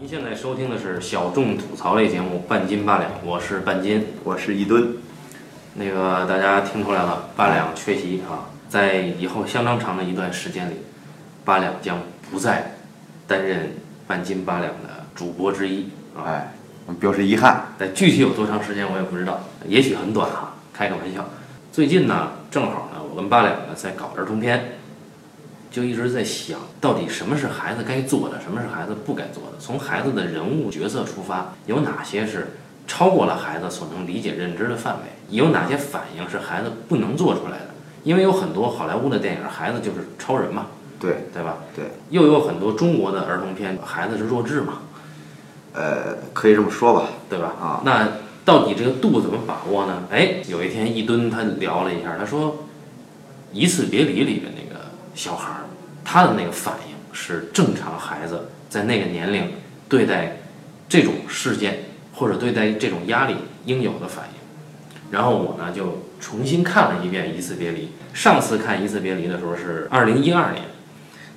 您现在收听的是小众吐槽类节目《半斤八两》，我是半斤。我是一吨，那个大家听出来了，八两缺席啊，在以后相当长的一段时间里，八两将不再担任半斤八两的主播之一啊。哎，表示遗憾。但具体有多长时间我也不知道，也许很短哈，开个玩笑。最近呢，正好呢，我跟八两呢在搞儿童片，就一直在想到底什么是孩子该做的，什么是孩子不该做的。从孩子的人物角色出发，有哪些是超过了孩子所能理解认知的范围？有哪些反应是孩子不能做出来的？因为有很多好莱坞的电影，孩子就是超人嘛，对，对吧？对。又有很多中国的儿童片，孩子是弱智嘛，呃，可以这么说吧。对吧？啊，那到底这个度怎么把握呢？哎，有一天一吨他聊了一下，他说《一次别离》里面那个小孩儿，他的那个反应是正常孩子在那个年龄对待这种事件或者对待这种压力应有的反应。然后我呢就重新看了一遍《一次别离》，上次看《一次别离》的时候是二零一二年，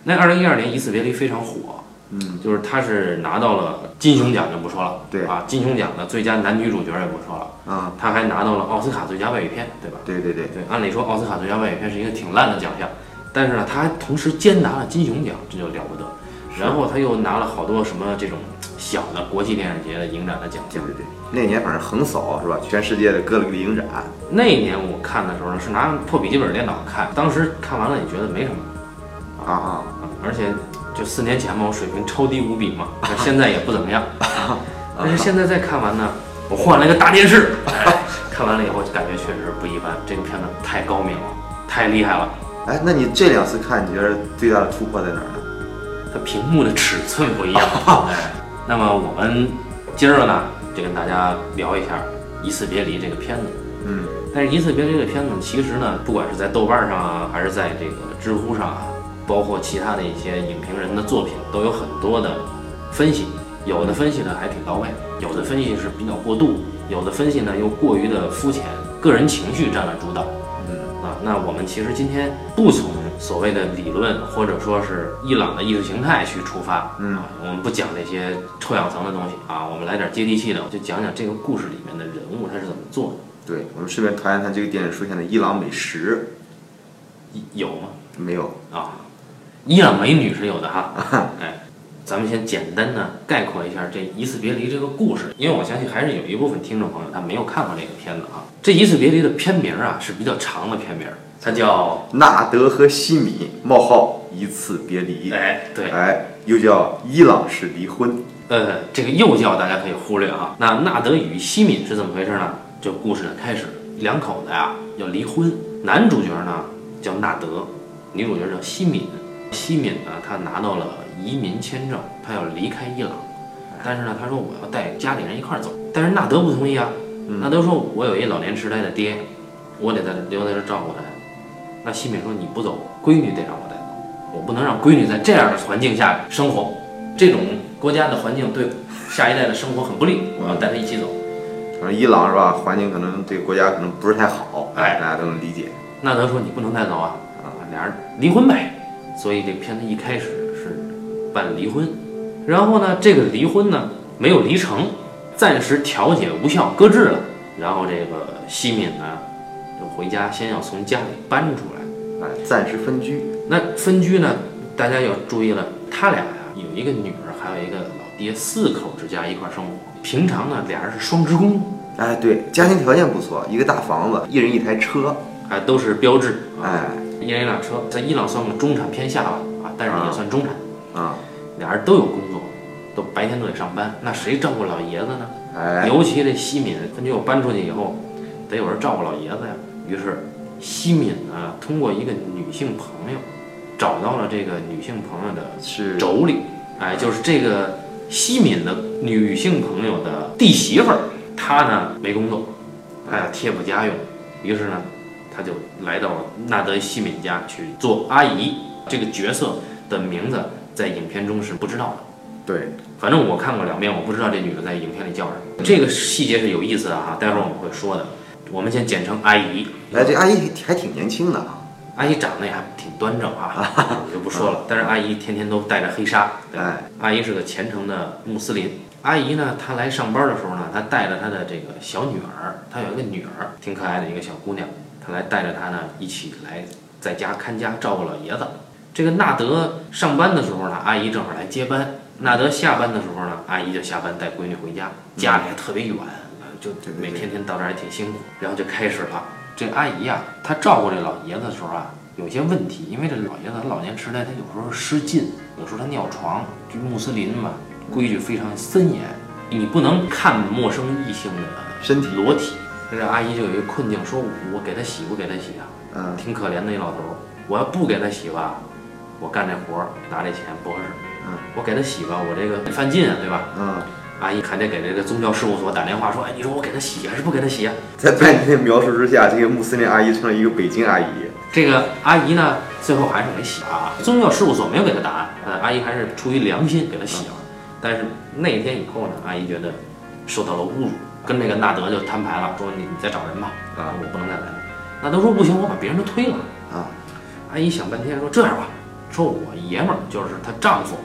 那二零一二年《一次别离》非常火，嗯，就是他是拿到了金熊奖就不说了，对啊，金熊奖的最佳男女主角也不说了，啊，他还拿到了奥斯卡最佳外语片，对吧？对对对，对，按理说奥斯卡最佳外语片是一个挺烂的奖项，但是呢，他还同时兼拿了金熊奖，这就了不得。是然后他又拿了好多什么这种小的国际电影节的影展的奖项对。对对，那年反正横扫是吧？全世界的各个影展，那一年我看的时候呢，是拿破笔记本电脑看，当时看完了也觉得没什么，啊啊，啊而且就四年前嘛，我水平超低无比嘛，那现在也不怎么样。 但是现在再看完呢，我换了一个大电视，哎看完了以后就感觉确实不一般，这个片子太高明了，太厉害了。哎，那你这两次看，你觉得最大的突破在哪儿呢？它屏幕的尺寸不一样。哎那么我们今儿呢，就跟大家聊一下《一次别离》这个片子。嗯，但是《一次别离》这个片子，其实呢，不管是在豆瓣上啊，还是在这个知乎上啊，包括其他的一些影评人的作品，都有很多的分析。有的分析呢还挺到位，有的分析是比较过度，有的分析呢又过于的肤浅，个人情绪占了主导。嗯啊，那我们其实今天不从所谓的理论或者说是伊朗的意识形态去出发，嗯啊，我们不讲这些臭氧层的东西啊，我们来点接地气的，就讲讲这个故事里面的人物他是怎么做的，对，我们顺便谈一谈这个电影出现的伊朗美食，一有吗？没有？啊，伊朗美女是有的哈，哎，咱们先简单的概括一下这《一次别离》这个故事，因为我相信还是有一部分听众朋友他没有看过这个片子啊。这《一次别离》的片名啊是比较长的片名，它叫纳德和西米冒号一次别离，哎对。哎，又叫伊朗式离婚，呃，这个幼教大家可以忽略哈。那纳德与西敏是怎么回事呢？就故事的开始，两口子呀要离婚，男主角呢叫纳德，女主角叫西敏。西敏呢，她拿到了移民签证，她要离开伊朗，但是呢，她说我要带家里人一块儿走，但是纳德不同意啊。纳德说，我有一老年痴呆的爹，我得在这留在这照顾他。那西敏说，你不走，闺女得让我带走，我不能让闺女在这样的环境下生活。这种国家的环境对下一代的生活很不利，我要带他一起走。反正伊朗是吧？环境可能对国家可能不是太好，哎大家都能理解。纳德说：“你不能带走啊，啊，俩人离婚呗。”所以这片子一开始是办离婚，然后呢，这个离婚呢没有离成，暂时调解无效搁置了。然后这个西敏呢就回家，先要从家里搬出来。哎，暂时分居，那分居呢，大家要注意了，他俩呀、有一个女儿，还有一个老爹，四口之家一块儿生活。平常呢，俩人是双职工，哎，对，家庭条件不错，一个大房子，一人一台车，啊，都是标志啊。哎，一人一辆车，在伊朗算个中产偏下吧，啊，但是也算中产。啊，俩人都有工作，都白天都得上班，那谁照顾老爷子呢？哎，尤其这西敏分居我搬出去以后，得有人照顾老爷子呀。于是西敏呢，通过一个女性朋友，找到了这个女性朋友的是妯娌，哎，就是这个西敏的女性朋友的弟媳妇儿，她呢没工作，哎呀贴补家用，于是呢，她就来到了纳德西敏家去做阿姨。这个角色的名字在影片中是不知道的，对，反正我看过两遍，我不知道这女的在影片里叫什么。这个细节是有意思的哈，待会儿我们会说的。我们先简称阿姨。哎，这阿姨还挺年轻的啊，阿姨长得也还挺端正啊，我就不说了。但是阿姨天天都戴着黑纱，对哎，阿姨是个虔诚的穆斯林。阿姨呢，她来上班的时候呢，她带着她的这个小女儿，她有一个女儿，挺可爱的一个小姑娘，她来带着她呢一起来在家看家，照顾老爷子。这个纳德上班的时候呢，阿姨正好来接班；纳德下班的时候呢，阿姨就下班带闺女回家，家里还特别远，呃就对对每对天天到这儿还挺辛苦。然后就开始了，这阿姨呀、她照顾这老爷子的时候啊，有些问题，因为这老爷子他老年痴呆，他有时候失禁，有时候他尿床，就穆斯林嘛，规矩非常森严，你不能看陌生异性的身体，裸体。这阿姨就有一个困境，说我给他洗不给他洗啊？嗯挺可怜的一老头儿。我要不给他洗吧，我干这活儿拿这钱不合适。嗯，我给他洗吧，我这个犯禁啊，对吧？嗯，阿姨还得给这个宗教事务所打电话说，哎，你说我给他洗还是不给他洗啊？在半天描述之下，这个穆斯林阿姨成了一个北京阿姨，这个阿姨呢，最后还是没洗啊。宗教事务所没有给她答案，呃，阿姨还是出于良心给她洗了。啊嗯但是那一天以后呢，阿姨觉得受到了侮辱，跟这个纳德就摊牌了，说你你再找人吧，啊我不能再来了。纳德说不行，我把别人都推了。啊，阿姨想半天说这样吧，说我爷们儿就是她丈夫，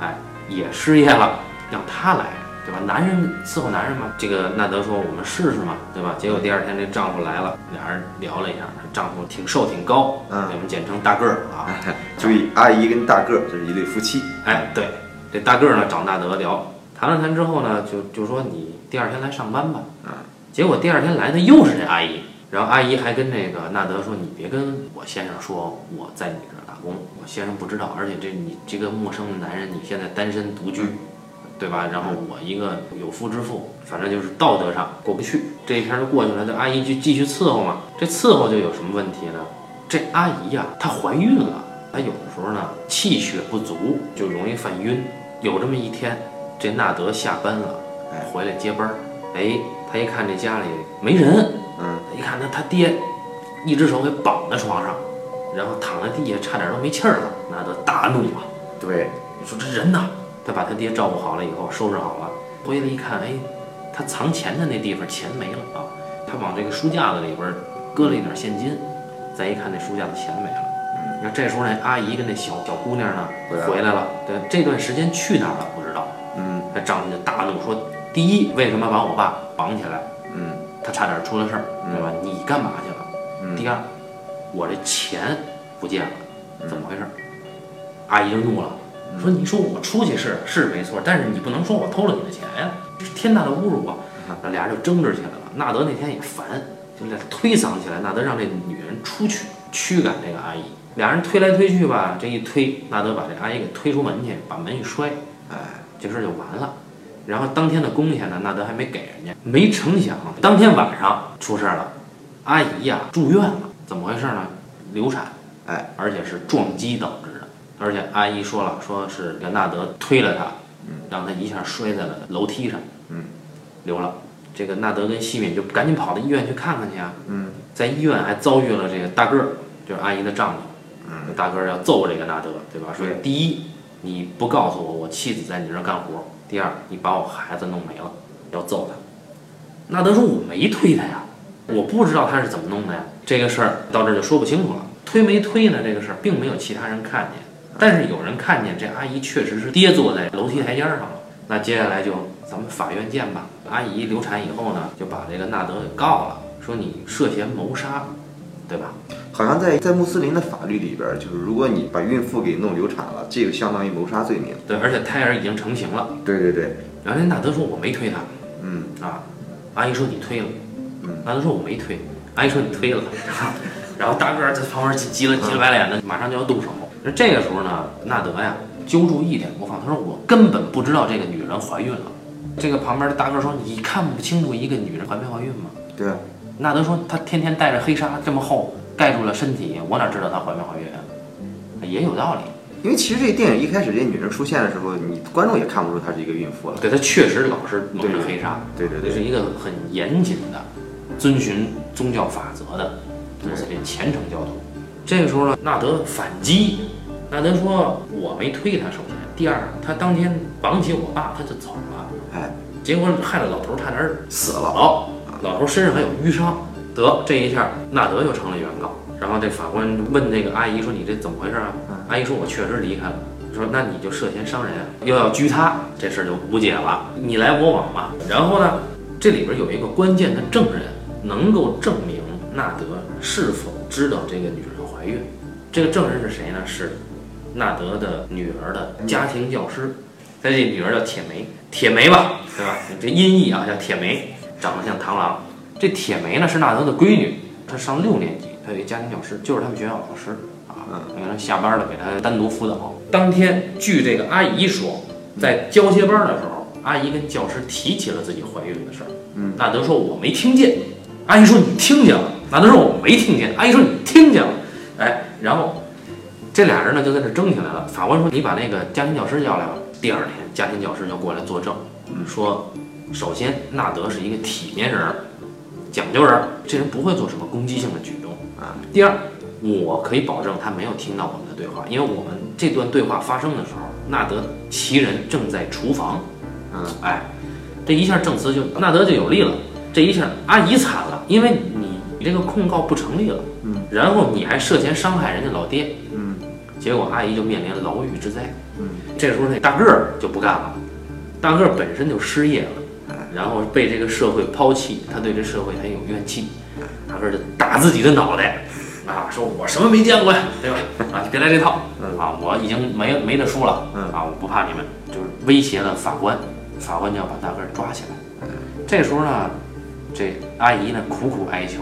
哎，也失业了，让他来，对吧？男人伺候男人嘛。这个纳德说我们试试嘛，对吧？结果第二天这丈夫来了，俩人聊了一下，丈夫挺瘦挺高，嗯我们简称大个儿啊。注意，阿姨跟大个儿这是一对夫妻，哎，对，这大个儿呢找纳德聊，谈了谈之后呢，就就说你第二天来上班吧。嗯，结果第二天来的又是这阿姨，然后阿姨还跟这个纳德说：“你别跟我先生说我在你这儿打工，我先生不知道，而且这你这个陌生的男人，你现在单身独居。”对吧？然后我一个有夫之妇，反正就是道德上过不去，这一天就过去了。这阿姨就继续伺候嘛，这伺候就有什么问题呢？这阿姨呀、她怀孕了，她有的时候呢气血不足，就容易犯晕。有这么一天，这纳德下班了，哎回来接班儿，哎，他一看这家里没人，嗯，一看他他爹一只手给绑在床上，然后躺在地下，差点都没气儿了。纳德大怒啊，对，说这人呢？他把他爹照顾好了以后，收拾好了，回来一看，哎，他藏钱的那地方钱没了啊！他往这个书架子里边搁了一点现金，再一看那书架子钱没了。那这时候那阿姨跟那小小姑娘呢嗯回回来了来了，对，这段时间去哪儿了不知道。嗯那丈夫就大怒说：第一，为什么把我爸绑起来？嗯他差点出了事儿，对吧？你干嘛去了？第嗯，二，我这钱不见了，怎么回事？阿姨就怒了，说：“你说我出去是是没错，但是你不能说我偷了你的钱呀，这是天大的侮辱啊！”那俩人就争执起来了。纳德那天也烦，就俩人推搡起来。纳德让这女人出去驱赶这个阿姨，俩人推来推去吧，这一推，纳德把这阿姨给推出门去，把门一摔，哎，这事儿就完了。然后当天的工钱呢，纳德还没给人家，没成想当天晚上出事儿了，阿姨呀、住院了，怎么回事呢？流产，哎，而且是撞击导致的，而且阿姨说了，说是这纳德推了她，让她一下摔在了楼梯上，嗯，流了。这个纳德跟西敏就赶紧跑到医院去看看去啊，嗯，在医院还遭遇了这个大个儿，就是阿姨的丈夫，嗯，大个儿要揍这个纳德，对吧？说对第一，你不告诉我我妻子在你这儿干活；第二，你把我孩子弄没了，要揍他。纳德说我没推他呀，我不知道他是怎么弄的呀。这个事儿到这儿就说不清楚了，推没推呢？这个事儿并没有其他人看见，但是有人看见这阿姨确实是跌坐在楼梯台阶上了。那接下来就咱们法院见吧。阿姨流产以后呢，就把这个纳德给告了，说你涉嫌谋杀，对吧？好像在在穆斯林的法律里边儿，就是如果你把孕妇给弄流产了，这个相当于谋杀罪名。对，而且胎儿已经成型了。对对对，然后那纳德说我没推他嗯，啊，阿姨说你推了嗯，纳德说我没推，阿姨说你推了，然后大个儿在旁边急嗯了急了白脸的，马上就要动手。那这个时候呢，纳德呀揪住一点不放，他说我根本不知道这个女人怀孕了。这个旁边的大个儿说你看不清楚一个女人怀没怀孕吗？对啊，纳德说她天天戴着黑纱这么厚盖住了身体，我哪知道她怀没怀孕啊？也有道理。因为其实这个电影一开始这女人出现的时候，你观众也看不出她是一个孕妇了。对，她确实老是蒙着黑纱。对对这对，是一个很严谨的、遵循宗教法则的穆斯林虔诚教徒。这个时候呢，纳德反击，纳德说：“我没推他，首先，第二，他当天绑起我爸，他就走了，哎，结果害得老头儿差点儿死死了。哦了，老头儿身上还有淤伤，得这一下，纳德就成了原告。然后这法官问那个阿姨说：“你这怎么回事啊？”阿姨说：“我确实离开了。”说：“那你就涉嫌伤人，又要拘他，这事儿就无解了，你来我往吧。”然后呢，这里边有一个关键的证人，能够证明纳德是否知道这个女人怀孕。这个证人是谁呢？是纳德的女儿的家庭教师，他这女儿叫铁梅，铁梅吧，对吧？这音译啊叫铁梅，长得像螳螂。这铁梅呢是纳德的闺女，她上六年级，她有一家庭教师，就是他们学校老师啊。原来下班了给她单独辅导。当天据这个阿姨说，在交接班的时候，阿姨跟教师提起了自己怀孕的事儿。嗯，纳德说我没听见，阿姨说你听见了，纳德说我没听见，阿姨说你听见了，哎，然后这俩人呢就在这争起来了。法官说你把那个家庭教师叫来吧。第二天，家庭教师就过来作证，说首先纳德是一个体面人儿。讲究人儿，这人不会做什么攻击性的举动啊。第二，我可以保证他没有听到我们的对话，因为我们这段对话发生的时候，纳德其人正在厨房。嗯，哎，这一下证词就纳德就有利了，这一下阿姨惨了，因为你你这个控告不成立了，嗯，然后你还涉嫌伤害人家老爹，嗯，结果阿姨就面临牢狱之灾。嗯，这时候那大个儿就不干了，大个儿本身就失业了。然后被这个社会抛弃，他对这社会他有怨气，大个儿就打自己的脑袋，啊，说我什么没见过呀，对吧？啊，就别来这套，啊，我已经没没得输了，嗯啊，我不怕你们，就是威胁了法官，法官就要把大个儿抓起来。这时候呢，这阿姨呢苦苦哀求，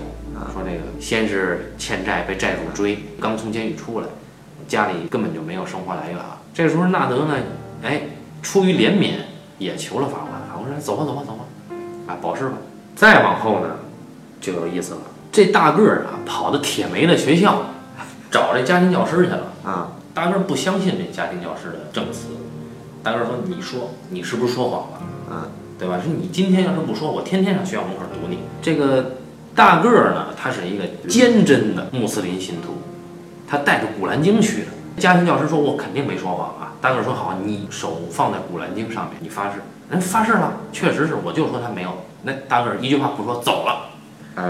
说这个先是欠债被债主追，刚从监狱出来，家里根本就没有生活来源啊。这时候纳德呢，哎，出于怜悯也求了法官，法官说走吧走吧走吧，啊保释吧。再往后呢，就有意思了，这大个儿啊跑到铁梅的学校找这家庭教师去了。啊，大个儿不相信这家庭教师的证词，大个儿说：“你说你是不是说谎了？嗯，对吧？说你今天要是不说，我天天上学校门口堵你。”这个大个儿呢，他是一个坚贞的穆斯林信徒，他带着《古兰经》去的。家庭教师说：“我肯定没说谎啊。”大个儿说：“好，你手放在《古兰经》上面，你发誓。”人发誓了，确实是，我就说他没有。那大个儿一句话不说走了，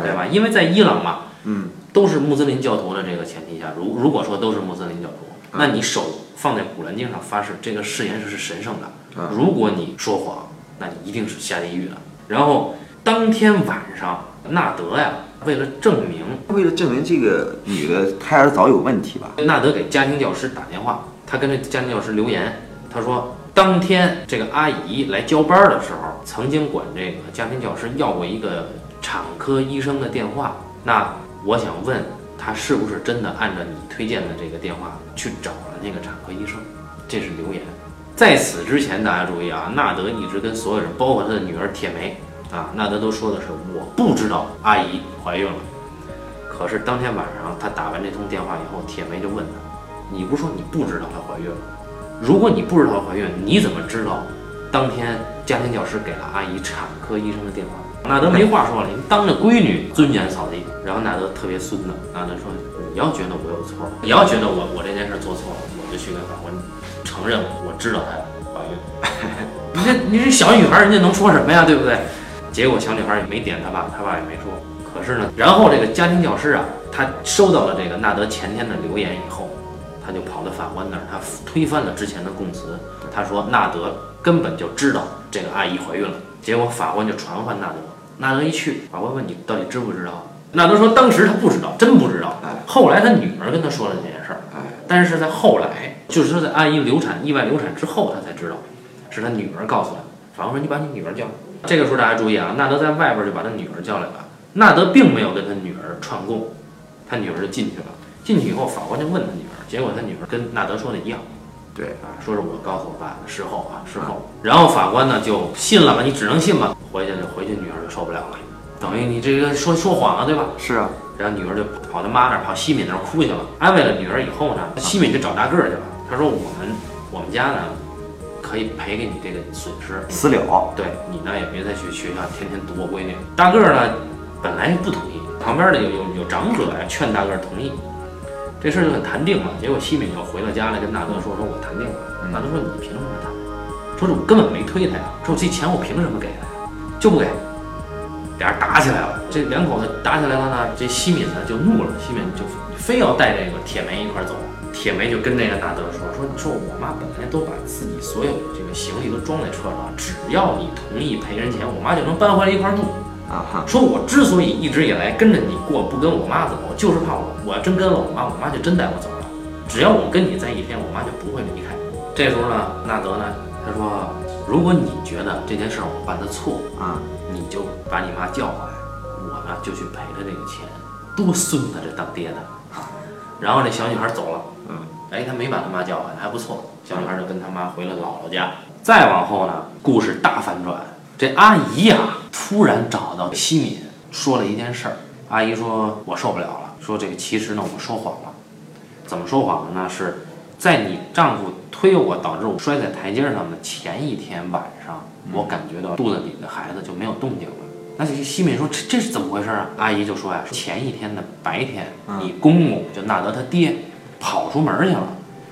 对哎，吧？因为在伊朗嘛，嗯，都是穆斯林教徒的这个前提下，如如果说都是穆斯林教徒，嗯那你手放在《古兰经》上发誓，这个誓言是神圣的嗯。如果你说谎，那你一定是下地狱的。然后当天晚上，纳德呀，为了证明为了证明这个女的胎儿早有问题吧，纳德给家庭教师打电话，他跟这家庭教师留言，他说当天这个阿姨来交班儿的时候，曾经管这个家庭教师要过一个产科医生的电话。那我想问他是不是真的按照你推荐的这个电话去找了那个产科医生？这是留言。在此之前，大家注意啊，纳德一直跟所有人，包括他的女儿铁梅啊，纳德都说的是我不知道阿姨怀孕了。可是当天晚上，他打完这通电话以后，铁梅就问他：“你不是说你不知道她怀孕吗？如果你不知道她怀孕，你怎么知道当天家庭教师给了阿姨产科医生的电话？”纳德没话说了，你当着闺女尊严扫地。然后纳德特别孙子，纳德说：“你要觉得我有错，你要觉得我我这件事做错了，我就去跟法官承认我知道她怀孕。 你这你这小女孩，人家能说什么呀？对不对？结果小女孩也没点她爸，她爸也没说。可是呢，然后这个家庭教师啊，他收到了这个纳德前天的留言以后，他就跑到法官那儿，他推翻了之前的供词，他说纳德根本就知道这个阿姨怀孕了。结果法官就传唤纳德，纳德一去，法官问你到底知不知道？纳德说当时他不知道，真不知道哎。后来他女儿跟他说了这件事儿哎，但是在后来，就是说在阿姨流产、意外流产之后，他才知道，是他女儿告诉他。法官说你把你女儿叫来。这个时候大家注意啊，纳德在外边就把他女儿叫来了。纳德并没有跟他女儿串供，他女儿就进去了。进去以后，法官就问他女儿，结果他女儿跟纳德说的一样。对啊，说是我告诉我爸的，事后啊，事后。然后法官呢就信了吧，你只能信吧。回去就回去，女儿就受不了了，等于你这个说说谎了，对吧？是啊，然后女儿就跑他妈那儿，跑西敏那儿哭去了。安慰了女儿以后呢，西敏就找大个儿去了。他说我们我们家呢可以赔给你这个损失，私了，对你呢也别再去学校天天读我闺女。大个儿呢本来不同意，旁边的有有有长者呀劝大个儿同意，这事儿就很谈定了。结果西敏又回到家来跟纳德说说我谈定了，嗯纳德说你凭什么谈？说是我根本没推他呀，说这钱我凭什么给他呀？就不给。俩人打起来了。这两口子打起来了呢，这西敏呢就怒了，西敏就非要带这个铁梅一块儿走。铁梅就跟这个纳德说：“说说我妈本来都把自己所有这个行李都装在车上，只要你同意赔人钱，我妈就能搬回来一块儿住。啊哈，说我之所以一直以来跟着你过，不跟我妈走，就是怕我我要真跟了我妈，我妈就真带我走了。只要我跟你在一天，我妈就不会离开。这时候呢，纳德呢，他说，如果你觉得这件事儿我办的错，啊，你就把你妈叫过来，我呢就去赔她这个钱，多孙子这当爹的。然后这小女孩走了，嗯，哎，她没把她妈叫回来，还不错。小女孩就跟她妈回了姥姥家。再往后呢，故事大反转，这阿姨呀、突然找到西敏，说了一件事儿。阿姨说：“我受不了了，说这个其实呢，我说谎了。怎么说谎了呢？是在你丈夫推我导致我摔在台阶上的前一天晚上，我感觉到肚子里的孩子就没有动静了。嗯那这西敏说这这是怎么回事啊？阿姨就说呀、说前一天的白天，嗯你公公就纳德他爹跑出门去了，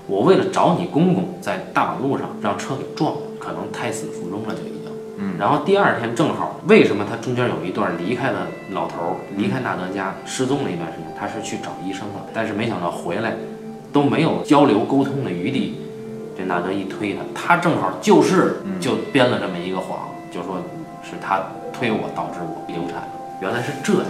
我为了找你公公，在大马路上让车给撞了，可能胎死腹中了就已经。嗯然后第二天正好，为什么他中间有一段离开了老头儿，离开纳德家失踪了一段时间，他是去找医生了，但是没想到回来都没有交流沟通的余地。这纳德一推他，他正好就是就编了这么一个谎，就说是他推我导致我流产了，原来是这样。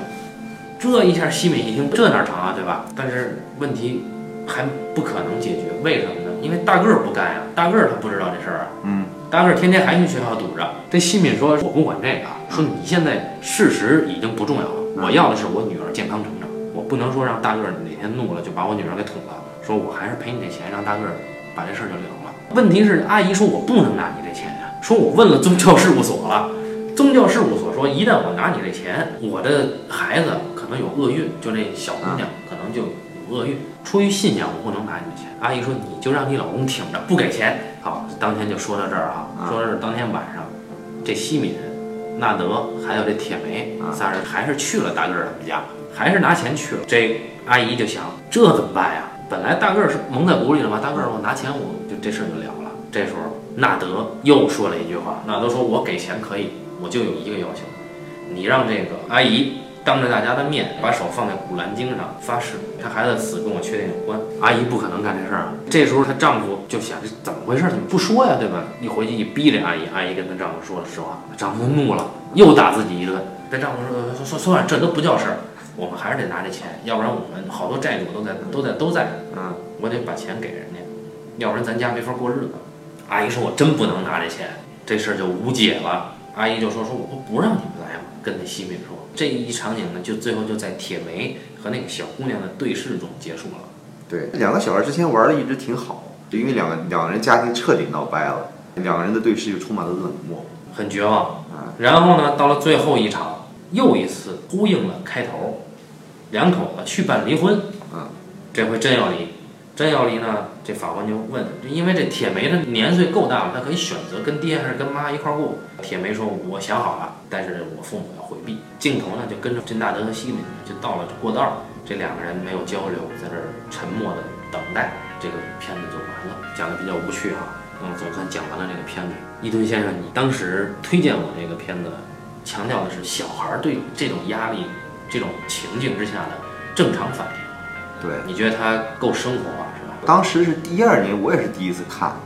这一下西敏一听，这哪成啊，对吧？但是问题还不可能解决，为什么呢？因为大个儿不干呀、啊大个儿他不知道这事儿啊。嗯，大个儿天天还去学校堵着。这西敏说：“我不管这个啊，说你现在事实已经不重要了，我要的是我女儿健康成长，我不能说让大个儿哪天怒了就把我女儿给捅了。说我还是赔你这钱，让大个儿把这事儿就了了。问题是，阿姨说我不能拿你这钱呀、说我问了宗教事务所了。”宗教事务所说，一旦我拿你这钱，我的孩子可能有厄运，就这小姑娘可能就有厄运。出于信仰，我不能拿你的钱。阿姨说，你就让你老公挺着，不给钱。好，当天就说到这儿啊，啊说是当天晚上，这西敏、纳德还有这铁梅啊仨人还是去了大个儿他们家，还是拿钱去了。这阿姨就想，这怎么办呀？本来大个儿是蒙在鼓里了嘛，大个儿我拿钱我就这事儿就了了。这时候纳德又说了一句话，纳德说我给钱可以，我就有一个要求，你让这个阿姨当着大家的面把手放在古兰经上发誓，她孩子死跟我确定有关。阿姨不可能干这事儿啊！这时候她丈夫就想这怎么回事？怎么不说呀？对吧？一回去一逼这阿姨，阿姨跟她丈夫说了实话，丈夫就怒了，又打自己一顿。这丈夫说说说算了，这都不叫事儿，我们还是得拿这钱，要不然我们好多债主都在都在都在，嗯，我得把钱给人家，要不然咱家没法过日子。阿姨说：“我真不能拿这钱，这事儿就无解了。”阿姨就说：“说我不不让你们来嘛。”跟那西敏说，这一场景呢，就最后就在铁梅和那个小姑娘的对视中结束了。对，两个小孩之前玩的一直挺好，就因为两个两个人家庭彻底闹掰了，两个人的对视就充满了冷漠。很绝望啊。然后呢，到了最后一场，又一次呼应了开头，两口子去办离婚。嗯，这回真要离，真要离呢，这法官就问，因为这铁梅的年岁够大了，她可以选择跟爹还是跟妈一块儿过。铁梅说：“我想好了，但是我父母要回避。”镜头呢就跟着甄大德和西敏就到了过道儿，这两个人没有交流，在这儿沉默的等待。这个片子就完了，讲的比较无趣哈、嗯，总算讲完了这个片子。伊顿先生，你当时推荐我这个片子，强调的是小孩儿对这种压力、这种情境之下的正常反应。对，你觉得它够生活化是吧？当时是第二年，我也是第一次看，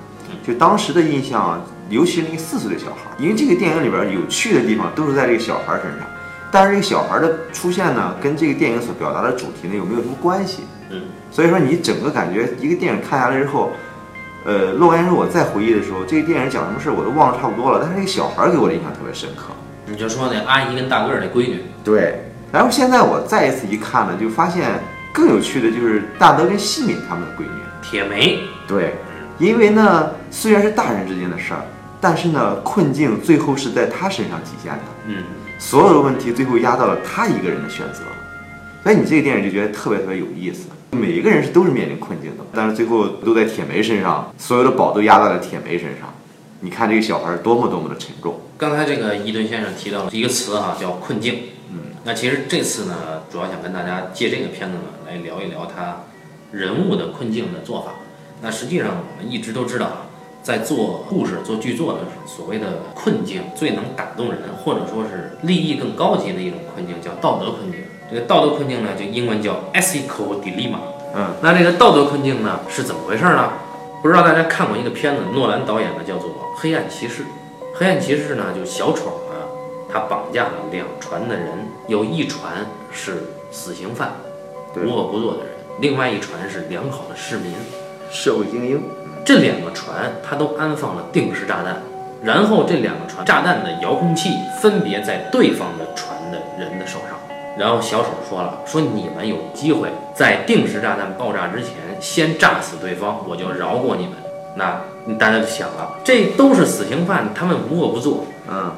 就当时的印象，啊尤其是那个四岁的小孩，因为这个电影里边有趣的地方都是在这个小孩身上，但是这个小孩的出现呢，跟这个电影所表达的主题呢有没有什么关系？嗯，所以说你整个感觉一个电影看下来之后，呃，洛言说我再回忆的时候，这个电影讲什么事儿我都忘了差不多了，但是这个小孩给我的印象特别深刻。你就说那阿姨跟大个儿那闺女，对，然后现在我再一次一看呢，就发现更有趣的就是大德跟西敏他们的闺女。铁梅，对，因为呢，虽然是大人之间的事儿，但是呢，困境最后是在他身上体现的，嗯，所有的问题最后压到了他一个人的选择，所以你这个电影就觉得特别特别有意思。每一个人是都是面临困境的，但是最后都在铁梅身上，所有的宝都压在了铁梅身上。你看这个小孩儿多么多么的沉重，刚才这个伊顿先生提到了一个词哈、叫困境。嗯，那其实这次呢，主要想跟大家借这个片子呢来聊一聊他人物的困境的做法。那实际上我们一直都知道啊，在做故事、做剧作的所谓的困境，最能打动人，或者说是利益更高级的一种困境，叫道德困境。这个道德困境呢，就英文叫 ethical dilemma。嗯，那这个道德困境呢是怎么回事呢？不知道大家看过一个片子，诺兰导演的叫做《黑暗骑士》。《黑暗骑士》呢，就小丑啊，他绑架了两船的人，有一船是死刑犯，对无恶不作的人，另外一船是良好的市民。社会精英，这两个船它都安放了定时炸弹，然后这两个船炸弹的遥控器分别在对方的船的人的手上。然后小丑说了，说你们有机会在定时炸弹爆炸之前先炸死对方，我就饶过你们。那大家就想了，这都是死刑犯，他们无恶不作，嗯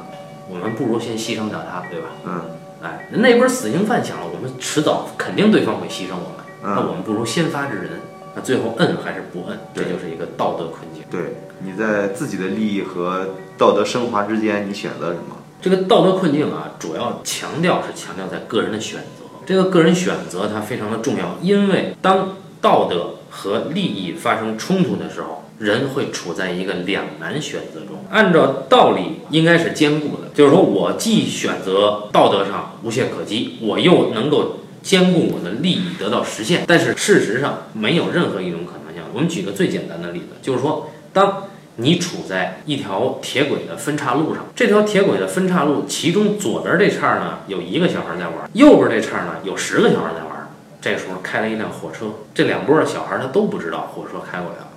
我们不如先牺牲掉他，对吧？嗯哎，那边死刑犯想了，我们迟早肯定对方会牺牲我们，那嗯，我们不如先发制人。那最后摁还是不摁，这对就是一个道德困境。对，你在自己的利益和道德升华之间，你选择什么？这个道德困境啊，主要强调是强调在个人的选择。这个个人选择它非常的重要，因为当道德和利益发生冲突的时候，人会处在一个两难选择中。按照道理应该是兼顾的，就是说我既选择道德上无懈可击，我又能够兼顾我的利益得到实现。但是事实上没有任何一种可能性。我们举个最简单的例子，就是说当你处在一条铁轨的分岔路上，这条铁轨的分岔路，其中左边这岔呢有一个小孩在玩，右边这岔呢有十个小孩在玩。这时候开了一辆火车，这两拨的小孩他都不知道火车开过来了。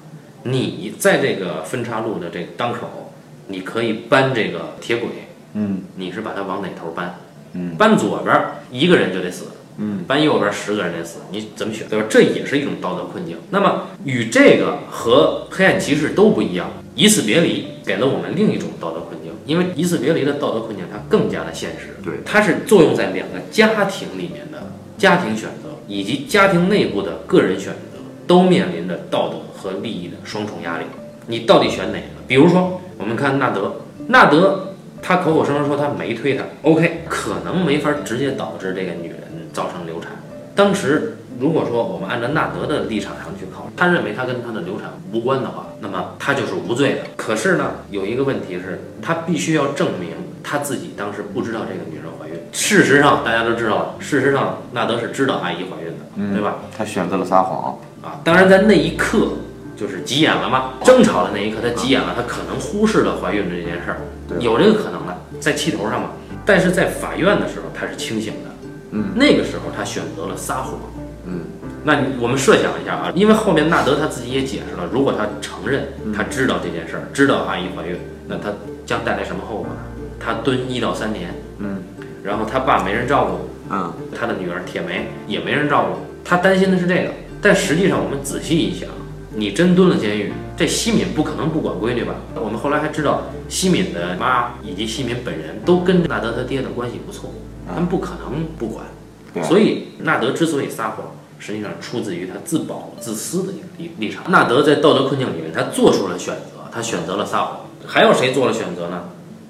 你在这个分岔路的这个当口，你可以搬这个铁轨，嗯你是把它往哪头搬？嗯搬左边一个人就得死，嗯，搬右边十个人得死，你怎么选？对吧？这也是一种道德困境。那么与这个和黑暗骑士都不一样，一次别离给了我们另一种道德困境，因为一次别离的道德困境它更加的现实，对，它是作用在两个家庭里面的家庭选择以及家庭内部的个人选择都面临着道德和利益的双重压力，你到底选哪个？比如说，我们看纳德，纳德他口口声声说他没推她，OK，可能没法直接导致这个女人造成流产。当时如果说我们按照纳德的立场上去考虑，他认为他跟他的流产无关的话，那么他就是无罪的。可是呢，有一个问题是，他必须要证明他自己当时不知道这个女人怀孕。事实上，大家都知道了，事实上纳德是知道阿姨怀孕的，对吧？他选择了撒谎，啊，当然在那一刻就是急眼了嘛，争吵的那一刻他急眼了，他可能忽视了怀孕这件事儿，对有这个可能的，在气头上嘛。但是在法院的时候他是清醒的，嗯，那个时候他选择了撒谎，嗯，那你我们设想一下啊，因为后面纳德他自己也解释了，如果他承认嗯他知道这件事儿，知道阿姨怀孕，那他将带来什么后果呢？他蹲一到三年，嗯，然后他爸没人照顾，嗯他的女儿铁梅也没人照顾，他担心的是这个。但实际上，我们仔细一想，你真蹲了监狱，这西敏不可能不管闺女吧？我们后来还知道，西敏的妈以及西敏本人都跟纳德他爹的关系不错，他们不可能不管。对啊所以纳德之所以撒谎，实际上出自于他自保、自私的一个立立场。纳德在道德困境里面，他做出了选择，他选择了撒谎。还有谁做了选择呢？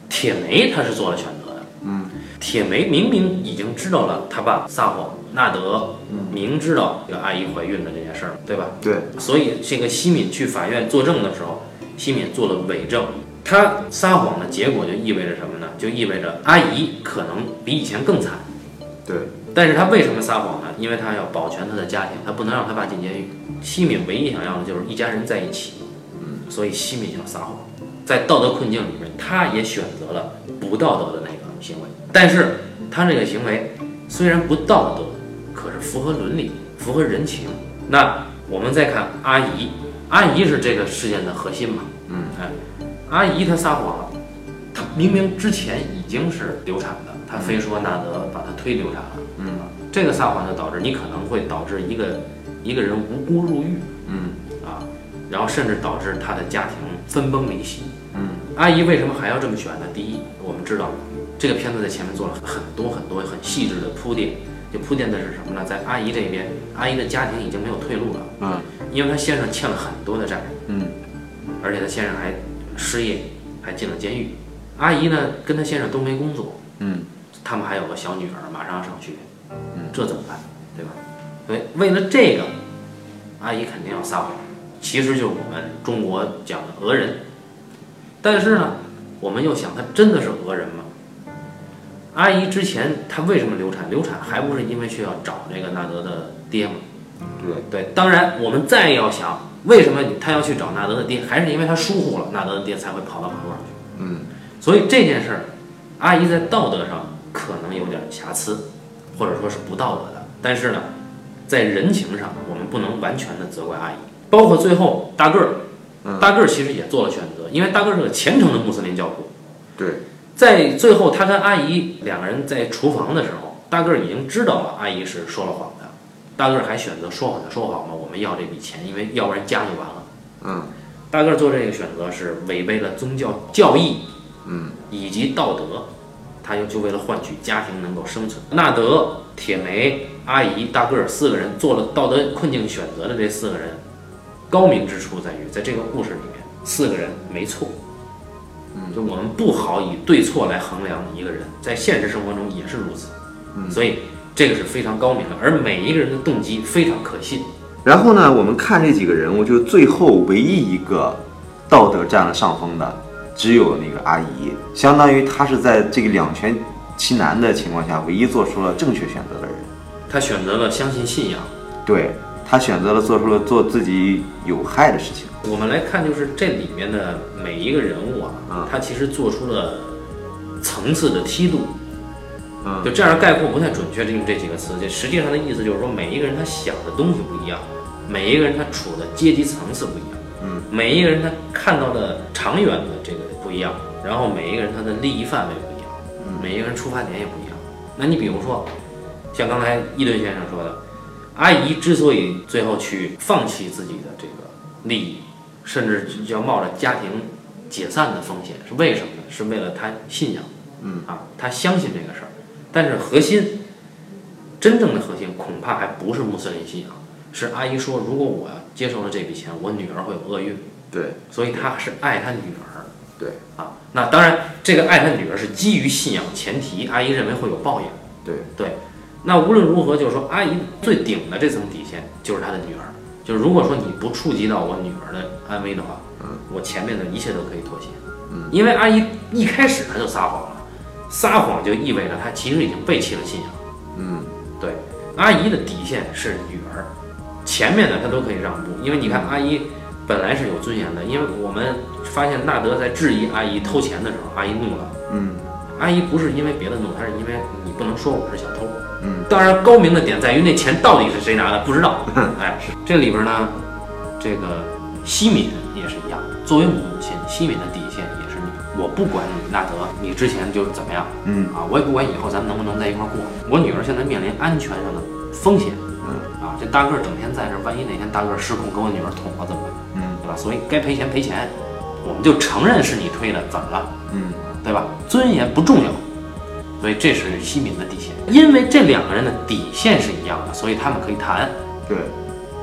铁梅他是做了选择的。嗯，铁梅明明已经知道了他爸撒谎，纳德明知道这个阿姨怀孕的这件事儿，对吧？对，所以这个西敏去法院作证的时候，西敏做了伪证。他撒谎的结果就意味着什么呢？就意味着阿姨可能比以前更惨。对，但是他为什么撒谎呢？因为他要保全他的家庭，他不能让他爸进监狱。西敏唯一想要的就是一家人在一起，嗯，所以西敏要撒谎，在道德困境里面，他也选择了不道德的那个行为。但是他这个行为虽然不道德，可是符合伦理，符合人情。那我们再看阿姨，阿姨是这个事件的核心嘛？嗯，哎，阿姨她撒谎了，她明明之前已经是流产的，她非说纳德把她推流产了。这个撒谎就导致你可能会导致一个一个人无辜入狱嗯啊，然后甚至导致他的家庭分崩离析。嗯，阿姨为什么还要这么选呢？第一，我们知道这个片子在前面做了很多很多很细致的铺垫，就铺垫的是什么呢？在阿姨这边，阿姨的家庭已经没有退路了，嗯因为她先生欠了很多的债，嗯，而且她先生还失业，还进了监狱。阿姨呢，跟她先生都没工作，嗯，他们还有个小女儿，马上要上学，嗯这怎么办，对吧？所以为了这个，阿姨肯定要撒谎。其实就是我们中国讲的俄人。但是呢，我们又想，他真的是俄人吗？阿姨之前她为什么流产？流产还不是因为需要找这个纳德的爹吗？对，对，当然我们再要想，为什么他要去找纳德的爹，还是因为他疏忽了，纳德的爹才会跑到旁边去。嗯，所以这件事儿，阿姨在道德上可能有点瑕疵，或者说是不道德的，但是呢，在人情上我们不能完全的责怪阿姨。包括最后大个儿，嗯大个儿其实也做了选择，因为大个儿是个虔诚的穆斯林教徒，对，在最后，他跟阿姨两个人在厨房的时候，大个儿已经知道了阿姨是说了谎的，大个儿还选择说谎就说谎吧，我们要这笔钱，因为要不然家就完了。嗯大个儿做这个选择是违背了宗教教义嗯以及道德，他就就为了换取家庭能够生存。纳德、铁梅、阿姨、大个儿四个人做了道德困境选择的这四个人，高明之处在于，在这个故事里面，四个人没错。嗯就我们不好以对错来衡量一个人，在现实生活中也是如此。嗯。所以这个是非常高明的，而每一个人的动机非常可信。然后呢，我们看这几个人物，就是最后唯一一个道德占了上风的，只有那个阿姨，相当于她是在这个两全其难的情况下，唯一做出了正确选择的人。他选择了相信信仰。对她选择了做出了做自己有害的事情。我们来看，就是这里面的每一个人物啊嗯，他其实做出了层次的梯度。嗯就这样概括不太准确，这用这几个词，这实际上的意思就是说，每一个人他想的东西不一样，每一个人他处的阶级层次不一样，嗯，每一个人他看到的长远的这个不一样，然后每一个人他的利益范围不一样，嗯每一个人出发点也不一样。那你比如说，像刚才伊顿先生说的，阿姨之所以最后去放弃自己的这个利益，甚至要冒着家庭解散的风险，是为什么呢？是为了她信仰，嗯啊，她相信这个事儿。但是核心，真正的核心恐怕还不是穆斯林信仰，是阿姨说，如果我接受了这笔钱，我女儿会有厄运，对所以她是爱她女儿对啊。那当然，这个爱她女儿是基于信仰前提，阿姨认为会有报应。对对，那无论如何，就是说，阿姨最顶的这层底线就是她的女儿。就是如果说你不触及到我女儿的安危的话，嗯，我前面的一切都可以妥协。嗯，因为阿姨一开始她就撒谎了，撒谎就意味着她其实已经背弃了信仰。嗯对，阿姨的底线是女儿，前面的她都可以让步，因为你看阿姨本来是有尊严的，因为我们发现纳德在质疑阿姨偷钱的时候，阿姨怒了。嗯阿姨不是因为别的怒，她是因为你不能说我是小偷。嗯，当然高明的点在于那钱到底是谁拿的不知道。哎，这里边呢，这个西敏也是一样，作为母亲，西敏的底线也是你，我不管你纳德，你之前就是怎么样嗯啊，我也不管以后咱们能不能在一块儿过。我女儿现在面临安全上的风险嗯啊，这大个儿整天在这儿，万一哪天大个儿失控给我女儿捅了怎么办？嗯对吧？所以该赔钱赔钱，我们就承认是你推的，怎么了？嗯对吧？尊严不重要，所以这是西敏的底线。因为这两个人的底线是一样的，所以他们可以谈。对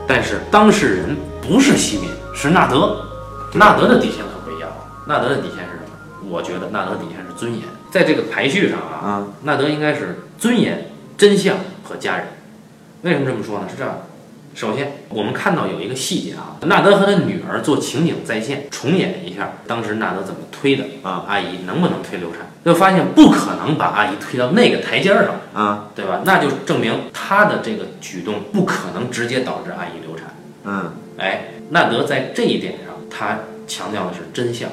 但是当事人不是西敏，是纳德。纳德的底线可不一样了。纳德的底线是什么？我觉得纳德的底线是尊严。在这个排序上啊，啊纳德应该是尊严、真相和家人。为什么这么说呢？是这样的，首先我们看到有一个细节啊，纳德和他女儿做情景再现，重演一下当时纳德怎么推的啊阿姨能不能推流产，就发现不可能把阿姨推到那个台阶儿上，啊对吧？那就证明他的这个举动不可能直接导致阿姨流产。嗯哎，纳德在这一点上，他强调的是真相，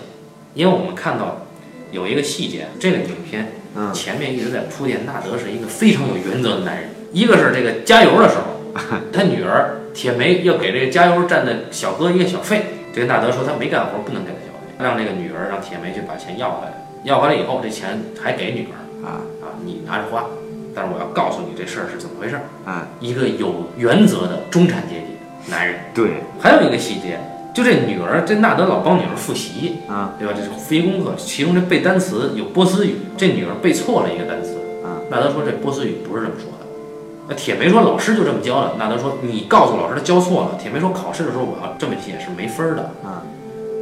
因为我们看到有一个细节，这个影片嗯前面一直在铺垫，纳德是一个非常有原则的男人。一个是这个加油的时候，他女儿铁梅要给这个加油站的小哥一个小费，这个纳德说他没干活，不能给他小费，让这个女儿让铁梅去把钱要回来，要回来以后这钱还给女儿啊啊，你拿着花，但是我要告诉你这事儿是怎么回事儿。啊一个有原则的中产阶级男人。对还有一个细节，就这女儿，这纳德老帮女儿复习，啊对吧？这是复习功课，其中这背单词有波斯语，这女儿背错了一个单词。嗯，纳德说这波斯语不是这么说的。那铁梅说老师就这么教的。纳德说你告诉老师他教错了。铁梅说考试的时候我要这么写是没分儿的。啊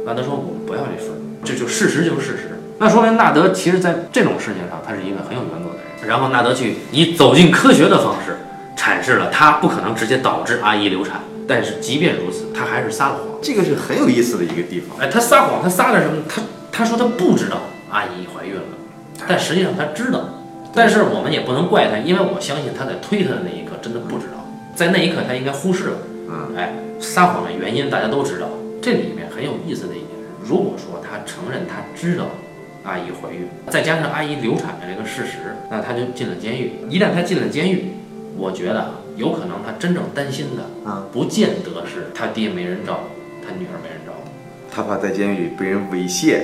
纳德说我不要这分儿，这就事实就是事实。那说明纳德其实在这种事情上他是一个很有原则的人。然后纳德去以走进科学的方式阐释了他不可能直接导致阿姨流产，但是即便如此，他还是撒了谎。这个是很有意思的一个地方。哎，他撒谎，他撒点什么？他他说他不知道阿姨怀孕了，但实际上他知道。但是我们也不能怪他，因为我相信他在推他的那一刻真的不知道，在那一刻他应该忽视了。嗯，哎，撒谎的原因大家都知道，这里面很有意思的一点是，如果说他承认他知道阿姨怀孕，再加上阿姨流产的这个事实，那他就进了监狱。一旦他进了监狱，我觉得啊，有可能他真正担心的，嗯，不见得是他爹没人照顾，他女儿没人照顾，他怕在监狱里被人猥亵。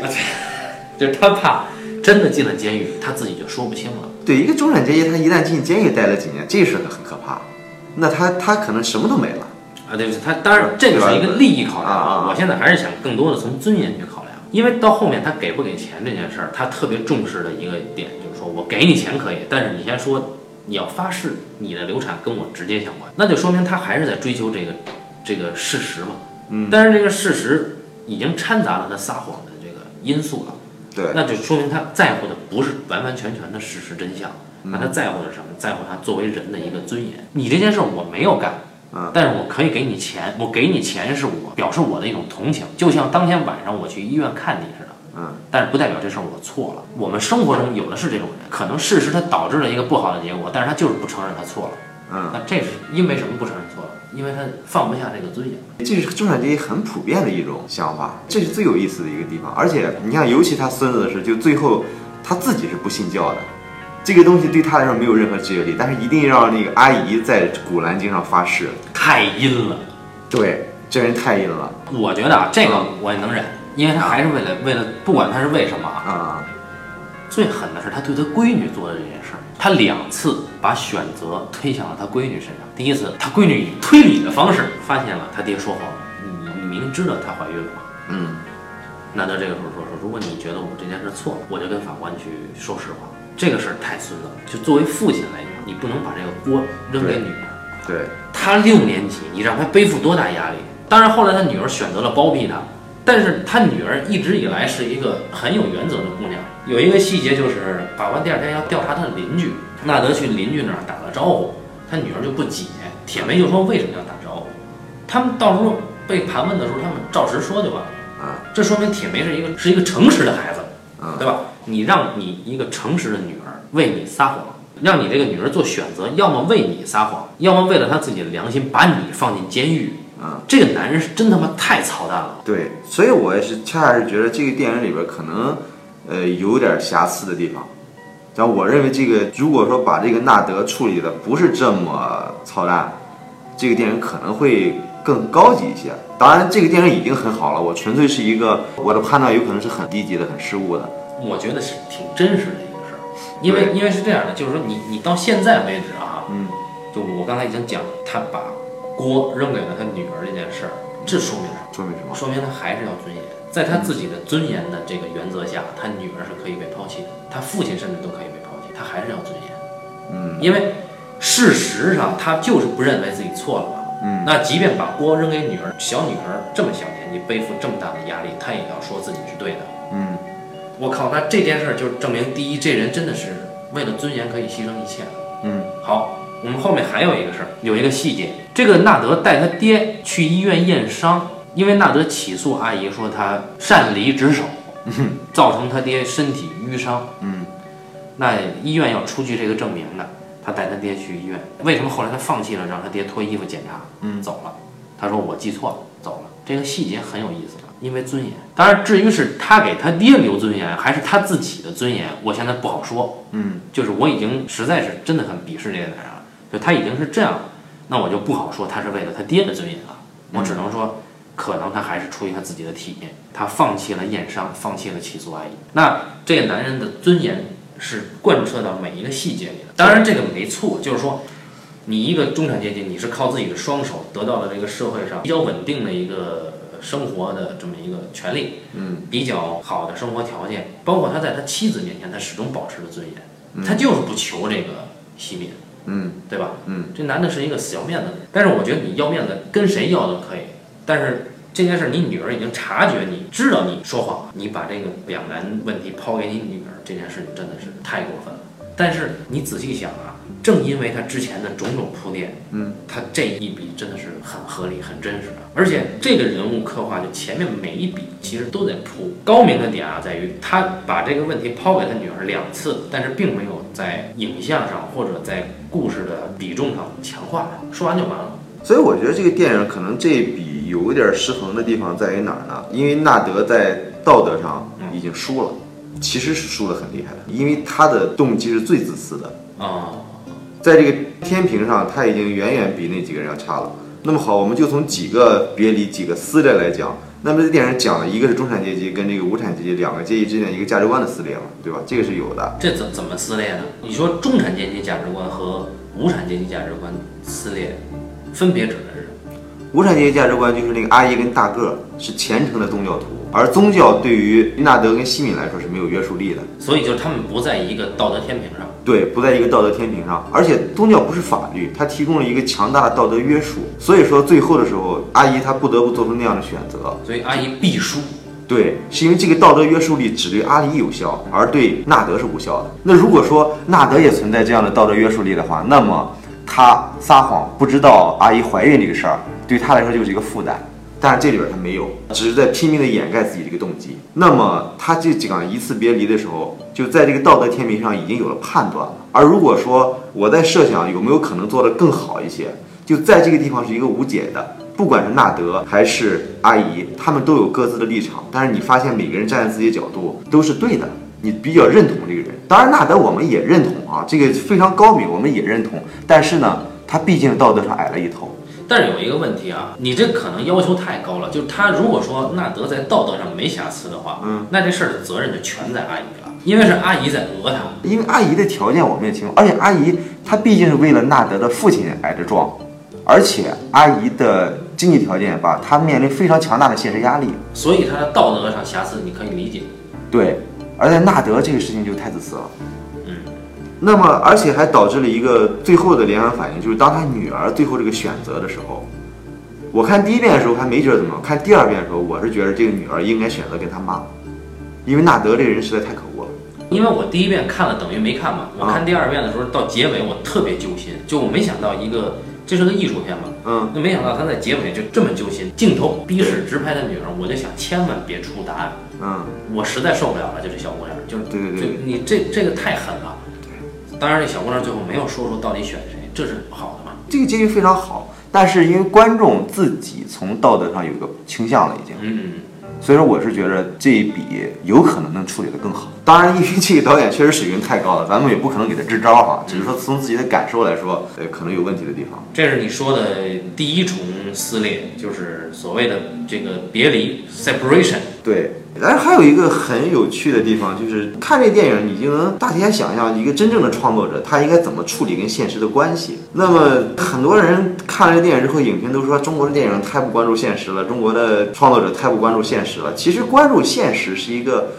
就是他怕真的进了监狱，他自己就说不清了。对，一个中产阶级，他一旦进监狱待了几年，这是很可怕。那他他可能什么都没了。啊，对不起，他当然这个是一个利益考量啊啊我现在还是想更多的从尊严去考量，因为到后面他给不给钱这件事儿，他特别重视的一个点就是说我给你钱可以，但是你先说你要发誓你的流产跟我直接相关，那就说明他还是在追求这个这个事实嘛。嗯，但是这个事实已经掺杂了他撒谎的这个因素了，对，那就说明他在乎的不是完完全全的事实真相，嗯那他在乎的是什么？在乎他作为人的一个尊严。你这件事儿我没有干，嗯但是我可以给你钱，我给你钱是我表示我的一种同情，就像当天晚上我去医院看你似的。嗯，但是不代表这事儿我错了。我们生活中有的是这种人，可能事实他导致了一个不好的结果，但是他就是不承认他错了。嗯，那这是因为什么不承认错了？因为他放不下这个尊严。这是中产阶级很普遍的一种想法，这是最有意思的一个地方。而且你看，尤其他孙子的事，就最后他自己是不信教的，这个东西对他来说没有任何制约力，但是一定让那个阿姨在《古兰经》上发誓。太阴了。对，这人太阴了我觉得啊，这嗯个我也能忍，因为他还是为了为了，不管他是为什么啊，啊、最狠的是他对他闺女做的这件事儿，他两次把选择推向了他闺女身上。第一次，他闺女以推理的方式发现了他爹说谎，你你明知道她怀孕了吗？嗯，难道这个时候说说，如果你觉得我这件事错了，我就跟法官去说实话，这个事儿太孙子了。就作为父亲来讲，你不能把这个锅扔给对女儿。对，她六年级，你让她背负多大压力？当然，后来她女儿选择了包庇她，但是她女儿一直以来是一个很有原则的姑娘。有一个细节就是，法官第二天要调查她的邻居，纳德去邻居那儿打了招呼，她女儿就不解，铁梅就说为什么要打招呼？他们到时候被盘问的时候，他们照实说就完了。啊，这说明铁梅是一个是一个诚实的孩子，嗯对吧？你让你一个诚实的女儿为你撒谎，让你这个女儿做选择，要么为你撒谎，要么为了她自己的良心把你放进监狱。嗯，这个男人是真他妈太操蛋了。对，所以我也是恰恰是觉得这个电影里边可能，呃，有点瑕疵的地方。但我认为这个如果说把这个纳德处理的不是这么操蛋，这个电影可能会更高级一些。当然，这个电影已经很好了，我纯粹是一个我的判断有可能是很低级的、很失误的。我觉得是挺真实的一个事儿，因为对因为是这样的，就是说你你到现在为止啊，嗯，就我刚才已经讲了，他把锅扔给了他女儿这件事儿，这说明什么？说明什么？说明他还是要尊严，在他自己的尊严的这个原则下，他女儿是可以被抛弃的，他父亲甚至都可以被抛弃，他还是要尊严。嗯，因为事实上他就是不认为自己错了嘛。嗯，那即便把锅扔给女儿，小女儿这么小年纪背负这么大的压力，她也要说自己是对的。嗯，我靠，那这件事儿就证明，第一，这人真的是为了尊严可以牺牲一切的。嗯，好，我们后面还有一个事儿，有一个细节，这个纳德带他爹去医院验伤，因为纳德起诉阿姨说他擅离职守，造成他爹身体淤伤。嗯，那医院要出具这个证明的，他带他爹去医院。为什么后来他放弃了让他爹脱衣服检查？嗯走了。他说我记错了，走了。这个细节很有意思，因为尊严。当然，至于是他给他爹留尊严，还是他自己的尊严，我现在不好说。嗯，就是我已经实在是真的很鄙视这个男人了，就他已经是这样了，那我就不好说他是为了他爹的尊严了，我只能说。可能他还是出于他自己的体面，他放弃了验伤，放弃了起诉阿姨。那这个男人的尊严是贯彻到每一个细节里的。当然，这个没错，就是说，你一个中产阶级，你是靠自己的双手得到了这个社会上比较稳定的一个生活的这么一个权利，嗯，比较好的生活条件，包括他在他妻子面前，他始终保持着尊严，他就是不求这个熄灭，嗯，对吧？嗯，这男的是一个死要面子的人，但是我觉得你要面子跟谁要都可以，但是。这件事，你女儿已经察觉你，知道你说谎，你把这个两难问题抛给你女儿，这件事情真的是太过分了。但是你仔细想啊，正因为他之前的种种铺垫，嗯，他这一笔真的是很合理、很真实的。而且这个人物刻画，就前面每一笔其实都在铺。高明的点啊，在于他把这个问题抛给他女儿两次，但是并没有在影像上或者在故事的比重上强化它。说完就完了。所以我觉得这个电影可能这笔有一点失衡的地方在于哪儿呢？因为纳德在道德上已经输了，其实是输得很厉害的，因为他的动机是最自私的，啊、在这个天平上他已经远远比那几个人要差了。那么好，我们就从几个别离、几个撕裂来讲。那么这电影讲了一个是中产阶级跟这个无产阶级两个阶级之间一个价值观的撕裂嘛，对吧？这个是有的。这怎怎么撕裂呢？你说中产阶级价值观和无产阶级价值观撕裂，分别指的是什么？无产阶级价值观就是那个阿姨跟大个儿是虔诚的宗教徒，而宗教对于纳德跟西敏来说是没有约束力的。所以就是他们不在一个道德天平上。对，不在一个道德天平上，而且宗教不是法律，它提供了一个强大的道德约束，所以说最后的时候，阿姨她不得不做出那样的选择，所以阿姨必输。对，是因为这个道德约束力只对阿姨有效，而对纳德是无效的。那如果说纳德也存在这样的道德约束力的话，那么他撒谎不知道阿姨怀孕这个事儿，对他来说就是一个负担。但是这里边他没有，只是在拼命的掩盖自己这个动机。那么他这讲一次别离的时候，就在这个道德天平上已经有了判断了。而如果说我在设想有没有可能做得更好一些，就在这个地方是一个无解的。不管是纳德还是阿姨，他们都有各自的立场，但是你发现每个人站在自己的角度都是对的，你比较认同这个人。当然，纳德我们也认同啊，这个非常高明，我们也认同。但是呢，他毕竟道德上矮了一头。但是有一个问题啊，你这可能要求太高了。就是他如果说纳德在道德上没瑕疵的话，嗯，那这事儿的责任就全在阿姨了，因为是阿姨在讹他。因为阿姨的条件我们也清楚，而且阿姨她毕竟是为了纳德的父亲挨着撞，而且阿姨的经济条件吧，她面临非常强大的现实压力。所以他的道德上瑕疵你可以理解，对，而在纳德这个事情就太自私了。嗯，那么而且还导致了一个最后的连环反应，就是当他女儿最后这个选择的时候，我看第一遍的时候还没觉得怎么样，看第二遍的时候，我是觉得这个女儿应该选择跟他妈，因为纳德这个人实在太可恶了。因为我第一遍看了等于没看嘛，我啊看第二遍的时候到结尾我特别揪心，就我没想到一个这是个艺术片嘛，嗯，那没想到他在结尾就这么揪心，镜头逼视直拍他女儿，我就想千万别出答案，嗯，我实在受不了了，就这小姑娘，就是对对就对，你这这个太狠了。当然，这小姑娘最后没有说出到底选谁，这是好的嘛？这个结局非常好，但是因为观众自己从道德上有一个倾向了已经。嗯，所以说，我是觉得这一笔有可能能处理得更好。当然，因为这个导演确实水平太高了，咱们也不可能给他支招哈。只是说从自己的感受来说，呃，可能有问题的地方。这是你说的第一重撕裂，就是所谓的这个别离 （separation）。对，但是还有一个很有趣的地方，就是看这电影，你就能大体上想象一个真正的创作者他应该怎么处理跟现实的关系。那么很多人看了这电影之后，影评都说中国的电影太不关注现实了，中国的创作者太不关注现实了。其实关注现实是一个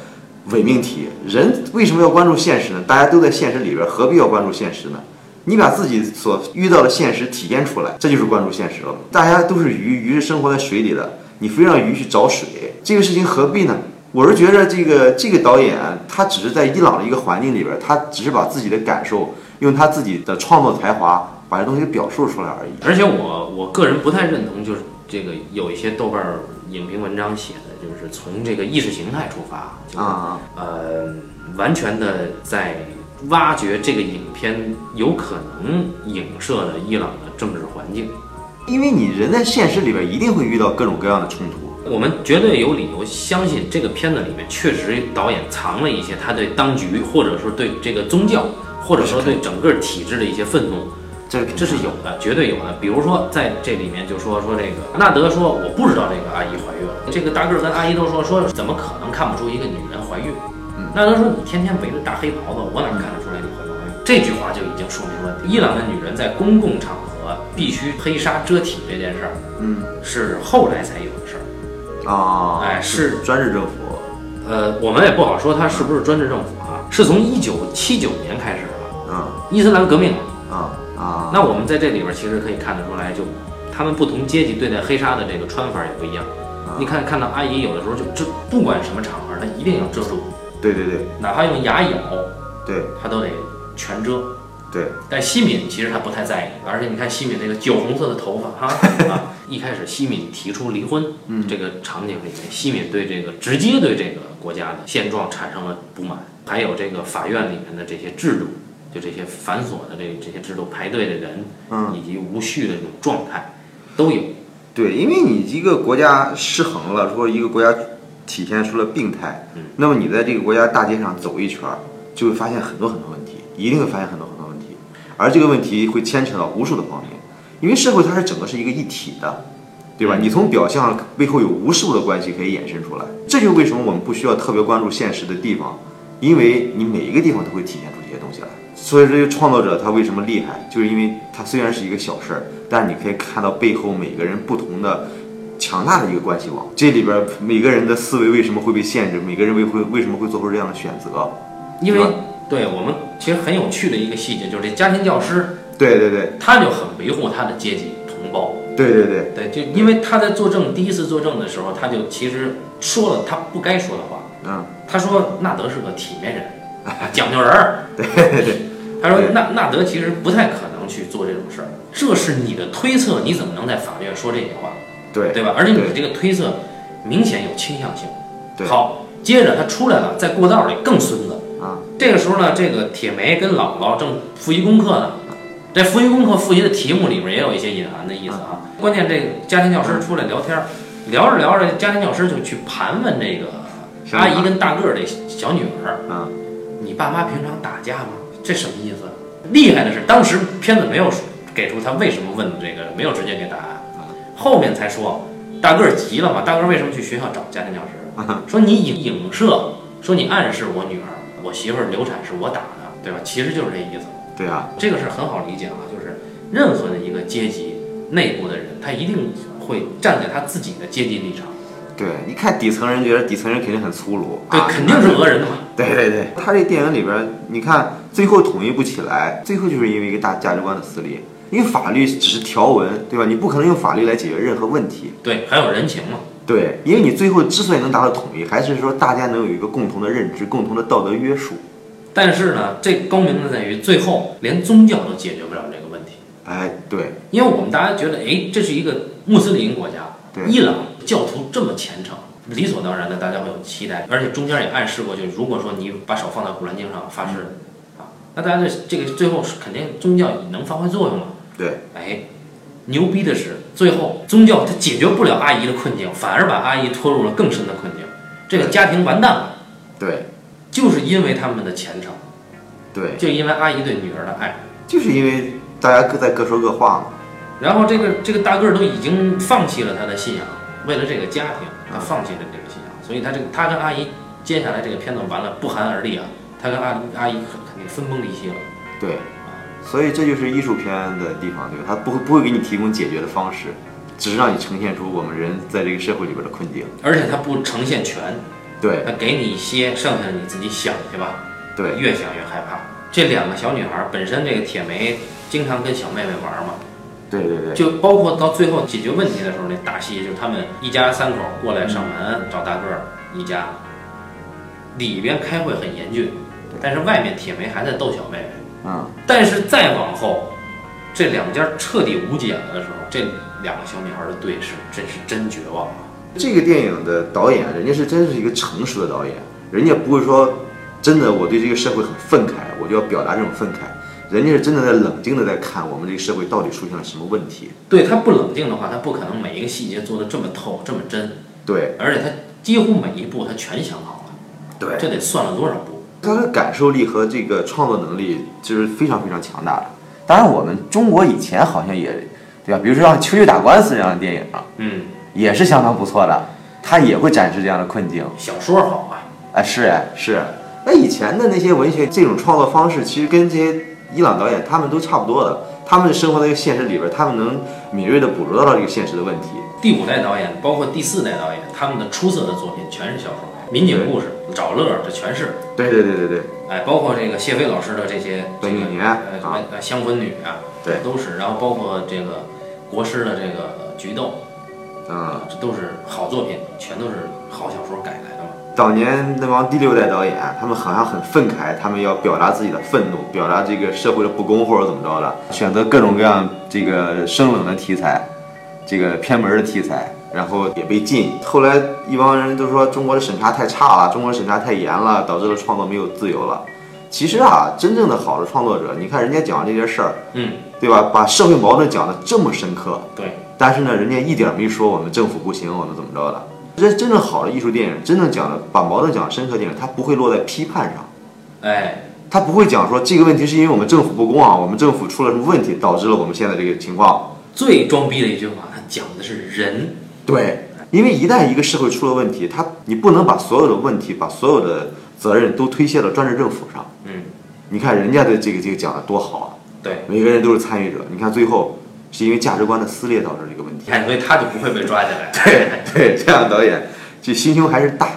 伪命题，人为什么要关注现实呢？大家都在现实里边，何必要关注现实呢？你把自己所遇到的现实体现出来，这就是关注现实了。大家都是鱼，鱼是生活在水里的，你非让鱼去找水，这个事情何必呢？我是觉得这个这个导演他只是在伊朗的一个环境里边，他只是把自己的感受用他自己的创作才华把这东西给表述出来而已。而且我我个人不太认同，就是这个有一些豆瓣儿影评文章写的，就是从这个意识形态出发，就是啊、呃，完全的在挖掘这个影片有可能影射的伊朗的政治环境。因为你人在现实里边一定会遇到各种各样的冲突。我们绝对有理由相信这个片子里面确实导演藏了一些他对当局或者说对这个宗教或者说对整个体制的一些愤怒，这是肯定这是有的，绝对有的。比如说在这里面就说说这个纳德说我不知道这个阿姨怀孕了，这个大个儿跟阿姨都说说怎么可能看不出一个女人怀孕？纳德说你天天围着大黑袍子，我哪看得出来你怀不怀孕？这句话就已经说明问题。伊朗的女人在公共场合必须黑纱遮体这件事儿嗯是后来才有的事儿。啊，哎是专制政府呃，我们也不好说它是不是专制政府啊，是从一九七九年开始的啊伊斯兰革命。啊啊，那我们在这里边其实可以看得出来，就他们不同阶级对待黑纱的这个穿法也不一样。啊你看，看到阿姨有的时候就遮，不管什么场合，她一定要遮住，对对对哪怕用牙咬，对她都得全遮。对，但西敏其实他不太在意，而且你看西敏那个酒红色的头发 哈啊，一开始西敏提出离婚，嗯这个场景里面，西敏对这个直接对这个国家的现状产生了不满，还有这个法院里面的这些制度，就这些繁琐的这这些制度排队的人，嗯，以及无序的这种状态，都有。对，因为你一个国家失衡了，说一个国家体现出了病态，嗯那么你在这个国家大街上走一圈儿，就会发现很多很多问题，一定会发现很多很多问题，而这个问题会牵扯到无数的方面，因为社会它是整个是一个一体的，对吧？嗯你从表象背后有无数的关系可以衍生出来，这就是为什么我们不需要特别关注现实的地方，因为你每一个地方都会体现出这些东西来。所以说，这个创作者他为什么厉害，就是因为他虽然是一个小事儿，但你可以看到背后每个人不同的强大的一个关系网。这里边儿每个人的思维为什么会被限制，每个人为会为什么会做出这样的选择？因是为吧对我们其实很有趣的一个细节，就是这家庭教师对对对他就很维护他的阶级同胞。对对对，对，就因为他在作证第一次作证的时候，他就其实说了他不该说的话。嗯，他说纳德是个体面人，啊讲究人儿。对对他说对纳纳德其实不太可能去做这种事儿，这是你的推测，你怎么能在法院说这些话，对对吧？而且你对这个推测明显有倾向性。对好，接着他出来了，在过道里更孙子。啊，这个时候呢，这个铁梅跟姥姥正复习功课呢。这复习功课复习的题目里面也有一些隐含的意思啊。关键这个家庭教师出来聊天儿，聊着聊着，家庭教师就去盘问这个小阿女孩姨跟大个儿这小女儿嗯：“你爸妈平常打架吗？这什么意思？”厉害的是，当时片子没有给出他为什么问这个，没有直接给答案，啊后面才说大个儿急了嘛，大个儿为什么去学校找家庭教师？啊说你影影射，说你暗示我女儿，我媳妇儿流产是我打的，对吧？其实就是这意思。对啊，这个是很好理解啊，就是任何的一个阶级内部的人，他一定会站在他自己的阶级立场，对，一看底层人觉得底层人肯定很粗鲁，对，啊肯定是讹人的嘛。对对对，他这电影里边儿，你看最后统一不起来，最后就是因为一个大价值观的撕裂。因为法律只是条文，对吧？你不可能用法律来解决任何问题。对，还有人情嘛。对，因为你最后之所以能达到统一，还是说大家能有一个共同的认知、共同的道德约束。但是呢，这高明的在于最后连宗教都解决不了这个问题，哎，对因为我们大家觉得，哎，这是一个穆斯林国家，对伊朗教徒这么虔诚，理所当然的大家会有期待，而且中间也暗示过，就是如果说你把手放在古兰经上发誓，啊，那大家这这个最后是肯定宗教能发挥作用了。对哎，牛逼的是，最后宗教它解决不了阿姨的困境，反而把阿姨拖入了更深的困境，这个家庭完蛋了，对就是因为他们的虔诚，对，就因为阿姨对女儿的爱。就是因为大家各在各说各话嘛。然后这个这个大个儿都已经放弃了他的信仰，为了这个家庭，他放弃了这个信仰，所以他这个他跟阿姨接下来这个片子完了不寒而栗啊，他跟阿阿姨肯肯定分崩离析了。对，所以这就是艺术片的地方，对吧？它不会不会给你提供解决的方式，只是让你呈现出我们人在这个社会里边的困境。而且他不呈现全，对他给你一些，剩下的你自己想去吧。对，越想越害怕。这两个小女孩儿本身，这个铁梅经常跟小妹妹玩儿嘛，对对对。就包括到最后解决问题的时候，那大戏就是他们一家三口过来上门找大个儿一家，里边开会很严峻，但是外面铁梅还在逗小妹妹。嗯，但是再往后，这两家彻底无解了的时候，这两个小女孩儿的对视，真是真绝望啊！这个电影的导演，啊人家是真是一个成熟的导演，人家不会说真的我对这个社会很愤慨，我就要表达这种愤慨，人家是真的在冷静的在看我们这个社会到底出现了什么问题。对她不冷静的话，她不可能每一个细节做的这么透、这么真，对而且她几乎每一步她全想好了。对，这得算了多少步？他的感受力和这个创作能力就是非常非常强大的。当然，我们中国以前好像也对吧，比如说像《秋秋打官司》这样的电影啊，嗯，也是相当不错的，它也会展示这样的困境。小说好啊，哎，是哎是。那以前的那些文学这种创作方式，其实跟这些伊朗导演他们都差不多的。他们生活在一个现实里边儿，他们能敏锐地捕捉到这个现实的问题。第五代导演，包括第四代导演，他们的出色的作品全是小说，民警故事、找乐儿，这全是。对对对对对哎，包括这个谢飞老师的这些这本个女啊呃什么呃香魂女啊，对都是。然后包括这个国师的这个菊豆，嗯，这都是好作品，全都是好小说改来的嘛。早年那帮第六代导演，他们好像很愤慨，他们要表达自己的愤怒，表达这个社会的不公或者怎么着的，选择各种各样这个生冷的题材，这个偏门的题材，然后也被禁。后来一帮人都说中国的审查太差了，中国审查太严了，导致了创作没有自由了。其实啊，真正的好的创作者，你看人家讲这些事儿，嗯，对吧？把社会矛盾讲得这么深刻，对，但是呢，人家一点儿没说我们政府不行，我们怎么着的。这真正好的艺术电影，真正讲的把矛盾讲得深刻电影，它不会落在批判上，哎，它不会讲说这个问题是因为我们政府不公啊，我们政府出了什么问题导致了我们现在这个情况。最装逼的一句话，它讲的是人，对，因为一旦一个社会出了问题，它你不能把所有的问题、把所有的责任都推卸到专制政府上。嗯，你看人家的这个这个讲的多好啊，对，每个人都是参与者。你看最后是因为价值观的撕裂导致这个问题。你看，所以他就不会被抓起来。对 对，这样的导演就心胸还是大。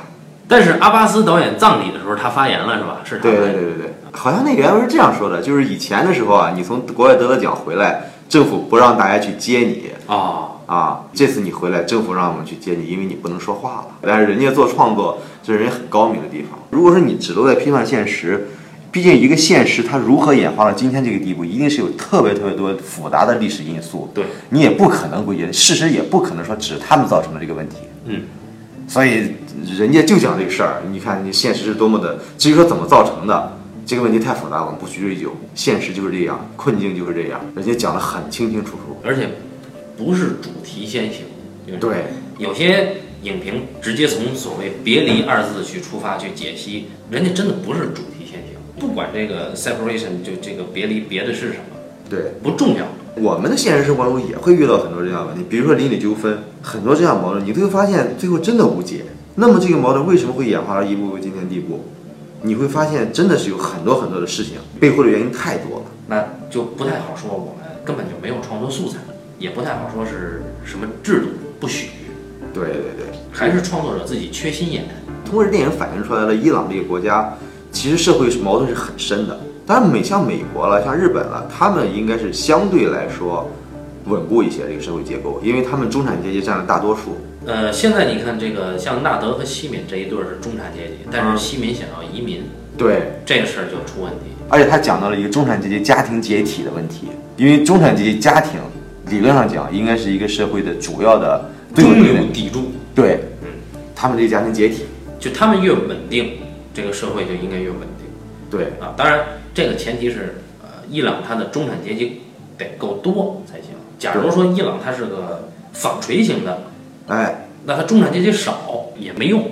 但是阿巴斯导演葬礼的时候，他发言了是吧？是他对对对对对，好像那原文是这样说的，就是以前的时候啊，你从国外得了奖回来，政府不让大家去接你哦，啊，这次你回来，政府让我们去接你，因为你不能说话了。但是人家做创作，这是人家很高明的地方。如果说你只都在批判现实，毕竟一个现实它如何演化到今天这个地步，一定是有特别特别多复杂的历史因素，对，你也不可能归结，事实也不可能说只是他们造成的这个问题。嗯，所以人家就讲这个事儿，你看你现实是多么的，至于说怎么造成的，这个问题太复杂，我们不去追究。现实就是这样，困境就是这样，人家讲的很清清楚楚。而且不是主题先行，就是对，有些影评直接从所谓“别离”二字去出发去解析，人家真的不是主题先行，不管这个 separation 就这个别离别的是什么对，不重要，我们的现实生活中也会遇到很多这样的问题，比如说邻里纠纷，很多这样矛盾，你都会发现最后真的无解。那么这个矛盾为什么会演化到一步步今天地步？你会发现真的是有很多很多的事情，背后的原因太多了。那就不太好说，我们根本就没有创作素材，也不太好说是什么制度不许，对对对。还是创作者自己缺心眼。通过这电影反映出来了，伊朗这个国家其实社会矛盾是很深的。当然，美像美国了，像日本了，他们应该是相对来说稳固一些这个社会结构，因为他们中产阶级占了大多数。呃，现在你看这个，像纳德和西敏这一对儿是中产阶级，但是西敏想要移民，对，这个事儿就出问题。而且他讲到了一个中产阶级家庭解体的问题，因为中产阶级家庭理论上讲应该是一个社会的主要的最中稳定的流砥柱，对，他们这个家庭解体，就他们越稳定，这个社会就应该越稳定对啊。当然，这个前提是，呃，伊朗它的中产阶级得够多才行。假如说伊朗它是个纺锤型的，哎，那它中产阶级少也没用。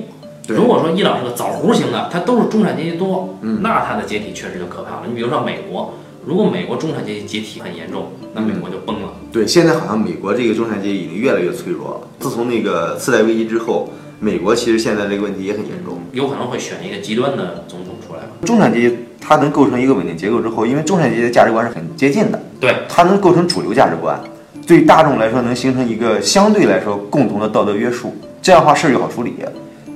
对如果说伊朗是个枣核型的，它都是中产阶级多，嗯那它的解体确实就可怕了。你比如说美国，如果美国中产阶级解体很严重，那美国就崩了。对，现在好像美国这个中产阶级已经越来越脆弱了。自从那个次贷危机之后，美国其实现在这个问题也很严重。有可能会选一个极端的总统出来吧？中产阶级它能构成一个稳定结构之后，因为中产阶级的价值观是很接近的，对，它能构成主流价值观，对大众来说能形成一个相对来说共同的道德约束，这样的话事儿就好处理。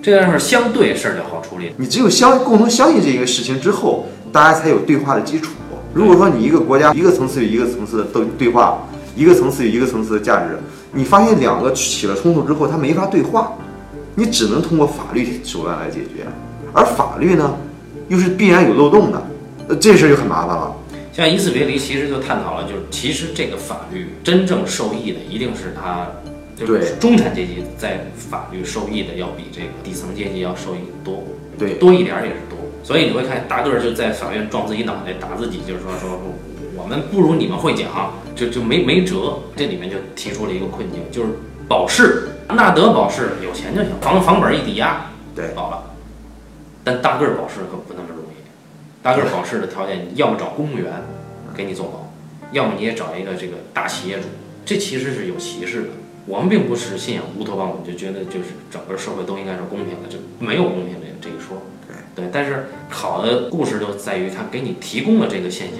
这样是相对事儿就好处理。你只有相共同相信这个事情之后，大家才有对话的基础。如果说你一个国家一个层次与一个层次的对对话，一个层次与一个层次的价值，你发现两个起了冲突之后，它没法对话，你只能通过法律手段来解决，而法律呢，又是必然有漏洞的，呃，这事儿就很麻烦了。像一次别离，其实就探讨了，就是其实这个法律真正受益的一定是他，就是对中产阶级在法律受益的要比这个底层阶级要受益多，对多一点儿也是多。所以你会看大个儿就在法院撞自己脑袋，打自己，就是说说我们不如你们会讲，就就没没辙。这里面就提出了一个困境，就是保释，纳德保释有钱就行，房房本一抵押，对保了。但大个儿保释可不那么容易，大个儿保释的条件，你要么找公务员给你做保，要么你也找一个这个大企业主，这其实是有歧视的。我们并不是信仰乌托邦，我们就觉得就是整个社会都应该是公平的，这没有公平这这一说。对，但是好的故事就在于它给你提供了这个现象，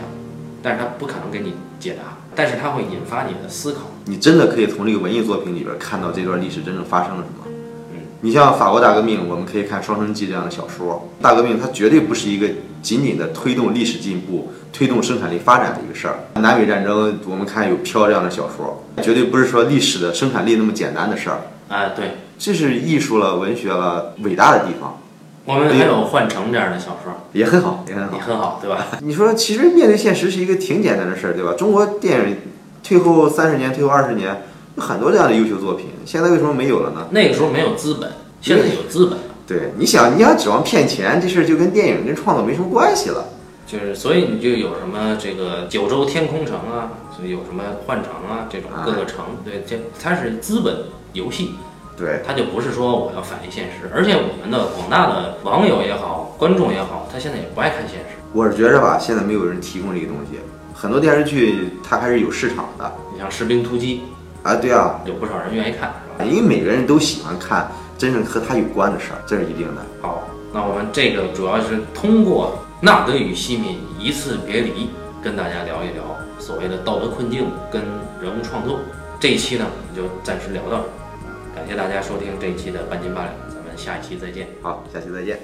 但是它不可能给你解答，但是它会引发你的思考。你真的可以从这个文艺作品里边看到这段历史真正发生了什么。嗯，你像法国大革命，我们可以看《双城记》这样的小说。大革命它绝对不是一个仅仅的推动历史进步、推动生产力发展的一个事儿。南北战争，我们看有《飘》这样的小说，绝对不是说历史的生产力那么简单的事儿。啊、对，这是艺术了、文学了伟大的地方。我们还有《幻城》这样的小说，也很好，也很好也。很好，对吧？你说，其实面对现实是一个挺简单的事儿，对吧？中国电影退后三十年，退后二十年，有很多这样的优秀作品，现在为什么没有了呢？那个时候没有资本，现在有资本，对，你想，你想指望骗钱，这事儿就跟电影跟创作没什么关系了。就是所以你就有什么这个九州天空城啊，所以有什么幻城啊这种啊各个城，对，这它是资本游戏，对，它就不是说我要反映现实，而且我们的广大的网友也好，观众也好，他现在也不爱看现实。我是觉着吧，现在没有人提供这个东西，很多电视剧它还是有市场的你像《士兵突击啊。对啊，》，有不少人愿意看，是吧？因为每个人都喜欢看真正和他有关的事儿，这是一定的。好，那我们这个主要是通过纳德与西敏一次别离，跟大家聊一聊所谓的道德困境跟人物创作。这一期呢，我们就暂时聊到这儿，感谢大家收听这一期的半斤八两，咱们下一期再见。好，下期再见。